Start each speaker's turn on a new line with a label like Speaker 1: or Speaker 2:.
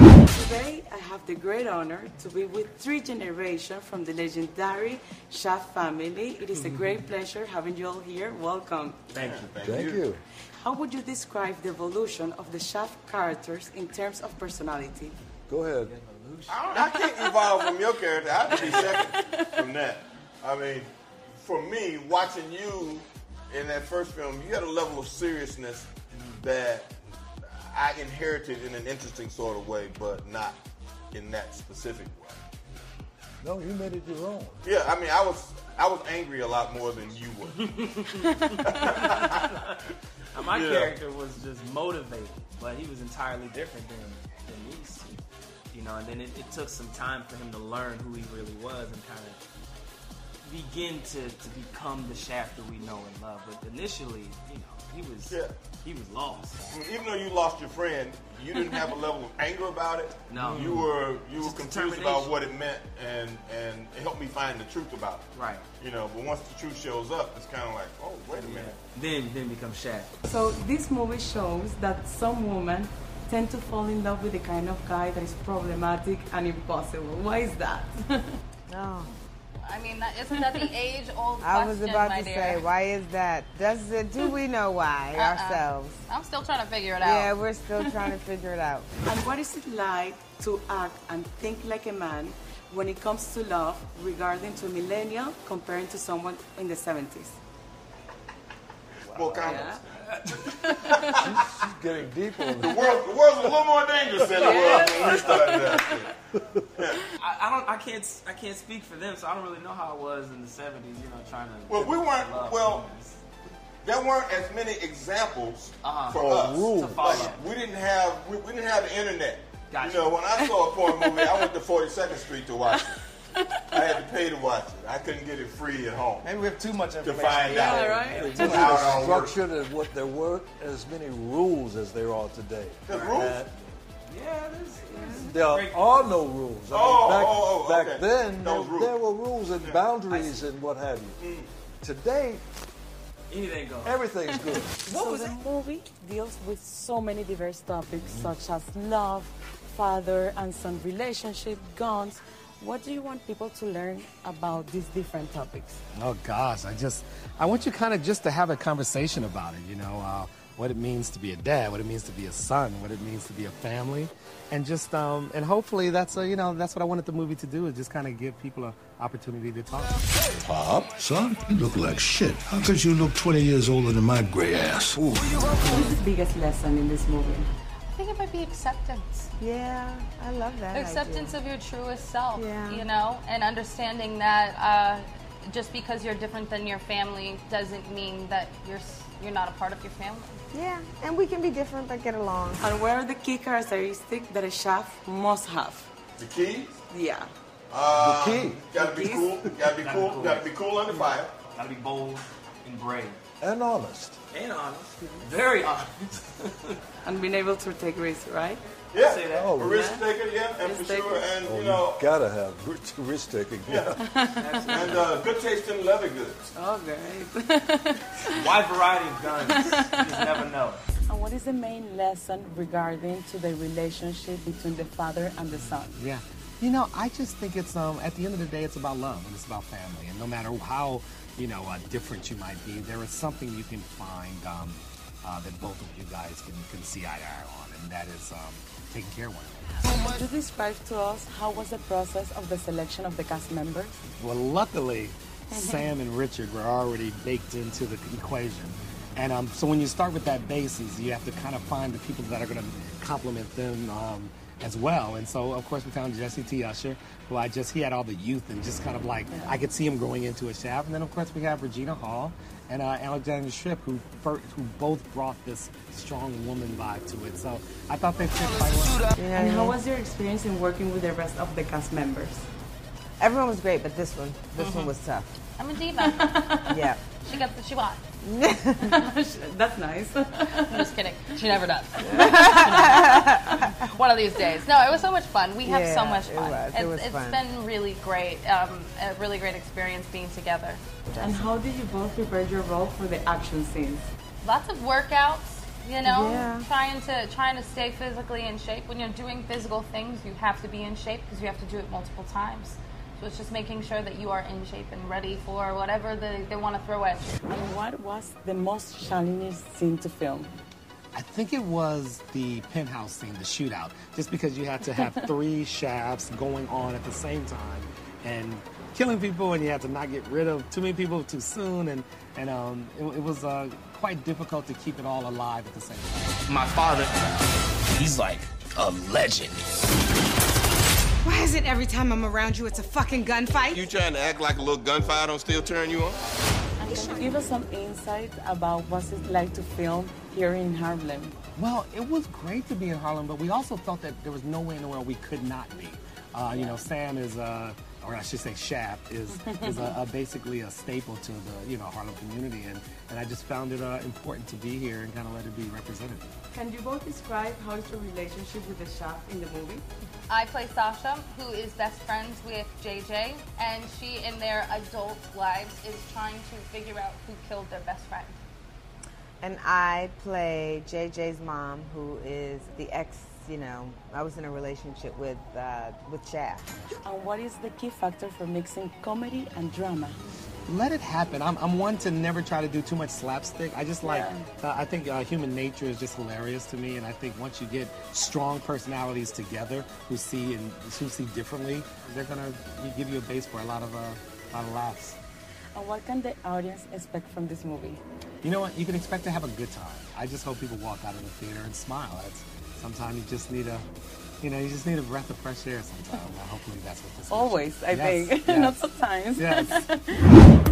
Speaker 1: Today, I have the great honor to be with three generations from the legendary Shah family. It is a great pleasure having you all here. Welcome.
Speaker 2: Thank you. Thank,
Speaker 3: Thank you.
Speaker 1: How would you describe the evolution of the Shah characters in terms of personality?
Speaker 3: Go ahead.
Speaker 2: you.
Speaker 4: I can't evolve from your character. I have to be second from that. I mean, for me, watching you in that first film, you had a level of seriousness that I inherited in an interesting sort of way, but not in that specific way.
Speaker 3: No, you made it your own.
Speaker 4: Yeah, I mean, I was I was angry a lot more than you were.
Speaker 5: Now, my
Speaker 4: Yeah.
Speaker 5: character was just motivated, but he was entirely different than than these two. You know, and then it, it took some time for him to learn who he really was and kind of begin to, to become the Shafter we know and love. But initially, you know, he was
Speaker 4: Yeah.
Speaker 5: he was lost.
Speaker 4: I mean, even though you lost your friend, you didn't have a level of anger about it.
Speaker 5: No.
Speaker 4: you were you were
Speaker 5: Just
Speaker 4: confused about
Speaker 5: determination.
Speaker 4: what it meant, and and it helped me find the truth about it.
Speaker 5: Right.
Speaker 4: You know, but once the truth shows up, it's kind of like, oh, wait a minute.
Speaker 5: Then then become Shafter.
Speaker 1: So this movie shows that some women tend to fall in love with the kind of guy that is problematic and impossible. Why is that?
Speaker 6: No,
Speaker 7: I mean, that, isn't that the age-old question,
Speaker 6: I was about
Speaker 7: my
Speaker 6: to
Speaker 7: dear? Uh-uh.
Speaker 6: say, why is that? Does it, do we know why ourselves?
Speaker 7: I'm still trying to figure it out.
Speaker 6: Yeah, we're still trying to figure it out.
Speaker 1: And what is it like to act and think like a man when it comes to love regarding to a millennial comparing to someone in the 70s?
Speaker 4: More comments.
Speaker 3: She's getting deeper. on
Speaker 4: The
Speaker 3: this.
Speaker 4: world, the world's a little more dangerous than it was when we started that.
Speaker 5: I, I don't I can't s- I can't speak for them, so I don't really know how it was in the seventies, you know, trying to
Speaker 4: Well, we weren't-
Speaker 5: love
Speaker 4: well,
Speaker 5: humans.
Speaker 4: There weren't as many examples
Speaker 5: Uh-huh.
Speaker 4: for
Speaker 5: Or
Speaker 4: us.
Speaker 3: rules.
Speaker 5: To follow.
Speaker 4: Like, we didn't have we, we didn't have the internet.
Speaker 5: Gotcha.
Speaker 4: You know, when I saw a porn movie, I went to 42nd Street to watch it. I had to pay to watch it. I couldn't get it free at home
Speaker 5: Maybe we have too much
Speaker 4: to
Speaker 5: information.
Speaker 4: find out.
Speaker 1: right?
Speaker 4: It was out
Speaker 3: The
Speaker 4: on work.
Speaker 3: structure that what there weren't as many rules as there are today.
Speaker 4: The rules?
Speaker 3: And
Speaker 5: Yeah, there's, there's
Speaker 3: there
Speaker 5: Great.
Speaker 3: are no rules. I mean,
Speaker 4: Oh,
Speaker 3: back,
Speaker 4: oh, oh,
Speaker 3: back
Speaker 4: okay.
Speaker 3: then
Speaker 4: No
Speaker 3: there,
Speaker 4: rules.
Speaker 3: there were rules and boundaries and what have you.
Speaker 4: Mm.
Speaker 3: Today
Speaker 5: anything goes.
Speaker 3: everything's good.
Speaker 1: so the movie deals with so many diverse topics such as love, father and son relationship, guns. What do you want people to learn about these different topics?
Speaker 8: Oh gosh, I just I want you kind of just to have a conversation about it. You know, uh, what it means to be a dad, what it means to be a son, what it means to be a family, and just um, and hopefully that's a, you know that's what I wanted the movie to do is just kind of give people an opportunity to talk.
Speaker 9: Pop? Son, you look like shit. How could you look 20 years older than my gray ass? Ooh.
Speaker 1: What is the biggest lesson in this movie?
Speaker 7: I think it might be acceptance.
Speaker 6: Yeah, I love that.
Speaker 7: acceptance of your truest self,
Speaker 6: Yeah.
Speaker 7: you know, and understanding that uh, just because you're different than your family doesn't mean that you're s- you're not a part of your family.
Speaker 6: Idea. Yeah, and we can be different but get along.
Speaker 1: And what are the key characteristics that a chef must have?
Speaker 4: The keys?
Speaker 1: Yeah.
Speaker 4: Uh,
Speaker 3: The key.
Speaker 4: Gotta be
Speaker 1: The keys.
Speaker 4: cool. Gotta be
Speaker 5: Gotta be
Speaker 4: cool.
Speaker 5: cool.
Speaker 4: Gotta be cool under fire.
Speaker 5: Gotta be bold and brave.
Speaker 3: And honest.
Speaker 5: And honest. Very honest.
Speaker 1: And being able to take risks, right?
Speaker 4: Yeah.
Speaker 5: Say that.
Speaker 4: A risk taker, yeah, and for
Speaker 1: Risk taker.
Speaker 4: sure. And,
Speaker 3: Oh,
Speaker 4: you know,
Speaker 3: gotta have risk taking.
Speaker 4: yeah. and uh, good taste in leather goods.
Speaker 1: Oh, great.
Speaker 5: Wide variety of guns. You just never know.
Speaker 1: And what is the main lesson regarding to the relationship between the father and the son?
Speaker 8: Yeah. You know, I just think it's um at the end of the day it's about love and it's about family and no matter how you know uh, different you might be, there is something you can find um, uh, that both of you guys can, can see eye to eye on, and that is um, taking care of one another.
Speaker 1: Could you describe to us how was the process of the selection of the cast members?
Speaker 8: Well, luckily, Sam and Richard were already baked into the equation. And um, so when you start with that basis, you have to kind of find the people that are going to complement them um, as well. And so, of course, we found Jesse T. Usher, who I just, he had all the youth and just kind of like, I could see him growing into a shaft. And then, of course, we have Regina Hall and uh, Alexandra Shripp, who, fir- who both brought this strong woman vibe to it. So I thought they fit quite well.
Speaker 1: And how was your experience in working with the rest of the cast members?
Speaker 6: Everyone was great, but this one, this
Speaker 7: Mm-hmm.
Speaker 6: one was tough.
Speaker 7: I'm a diva.
Speaker 6: Yeah.
Speaker 7: she gets what she wants.
Speaker 1: That's nice.
Speaker 7: I'm just kidding. She never does. One of these days. No, it was so much fun. We have so
Speaker 6: Yeah,
Speaker 7: much
Speaker 6: it
Speaker 7: fun.
Speaker 6: was. It
Speaker 7: It's-
Speaker 6: was fun.
Speaker 7: It's been really great. Um, a really great experience being together.
Speaker 1: and how did you both prepare your role for the action scenes?
Speaker 7: Lots of workouts. You know,
Speaker 6: Yeah.
Speaker 7: trying to trying to stay physically in shape. When you're doing physical things, you have to be in shape because you have to do it multiple times. So it's just making sure that you are in shape and ready for whatever the, they want to throw at you.
Speaker 1: And what was the most challenging scene to film?
Speaker 8: I think it was the penthouse scene, the shootout, just because you had to have three shafts going on at the same time and killing people, and you had to not get rid of too many people too soon, and and um, it, it was uh, quite difficult to keep it all alive at the same time.
Speaker 5: My father, he's like a legend.
Speaker 6: Why is it every time I'm around you, it's a fucking gunfight?
Speaker 4: You trying to act like a little gunfire don't still turn you on?
Speaker 1: And can you give us some insight about what's it like to film here in Harlem?
Speaker 8: Well, it was great to be in Harlem, but we also felt that there was no way in the world we could not be. Uh, you know, Sam is, uh, or I should say, Shaft is, is a, a basically a staple to the you know Harlem community, and, and I just found it uh, important to be here and kind of let it be represented.
Speaker 2: Can you both describe how is your relationship with the chef in the movie?
Speaker 7: I play Sasha, who is best friends with JJ, and she in their adult lives is trying to figure out who killed their best friend.
Speaker 6: And I play JJ's mom, who is the ex, you know, I was in a relationship with, uh, with Shaft.
Speaker 1: And what is the key factor for mixing comedy and drama?
Speaker 8: let it happen. I'm, I'm one to never try to do too much slapstick. I just like,
Speaker 1: Yeah.
Speaker 8: uh, I think uh, human nature is just hilarious to me, and I think once you get strong personalities together who see and who see differently, they're gonna give you a base for a lot of uh, a lot of laughs.
Speaker 1: And what can the audience expect from this movie?
Speaker 8: You know what? You can expect to have a good time. I just hope people walk out of the theater and smile. It's, sometimes you just need a, you know, you just need a breath of fresh air. Sometimes. Well, hopefully that's what this. is.
Speaker 1: Always, I
Speaker 8: Yes,
Speaker 1: think.
Speaker 8: yes,
Speaker 1: Not sometimes.
Speaker 8: Yes.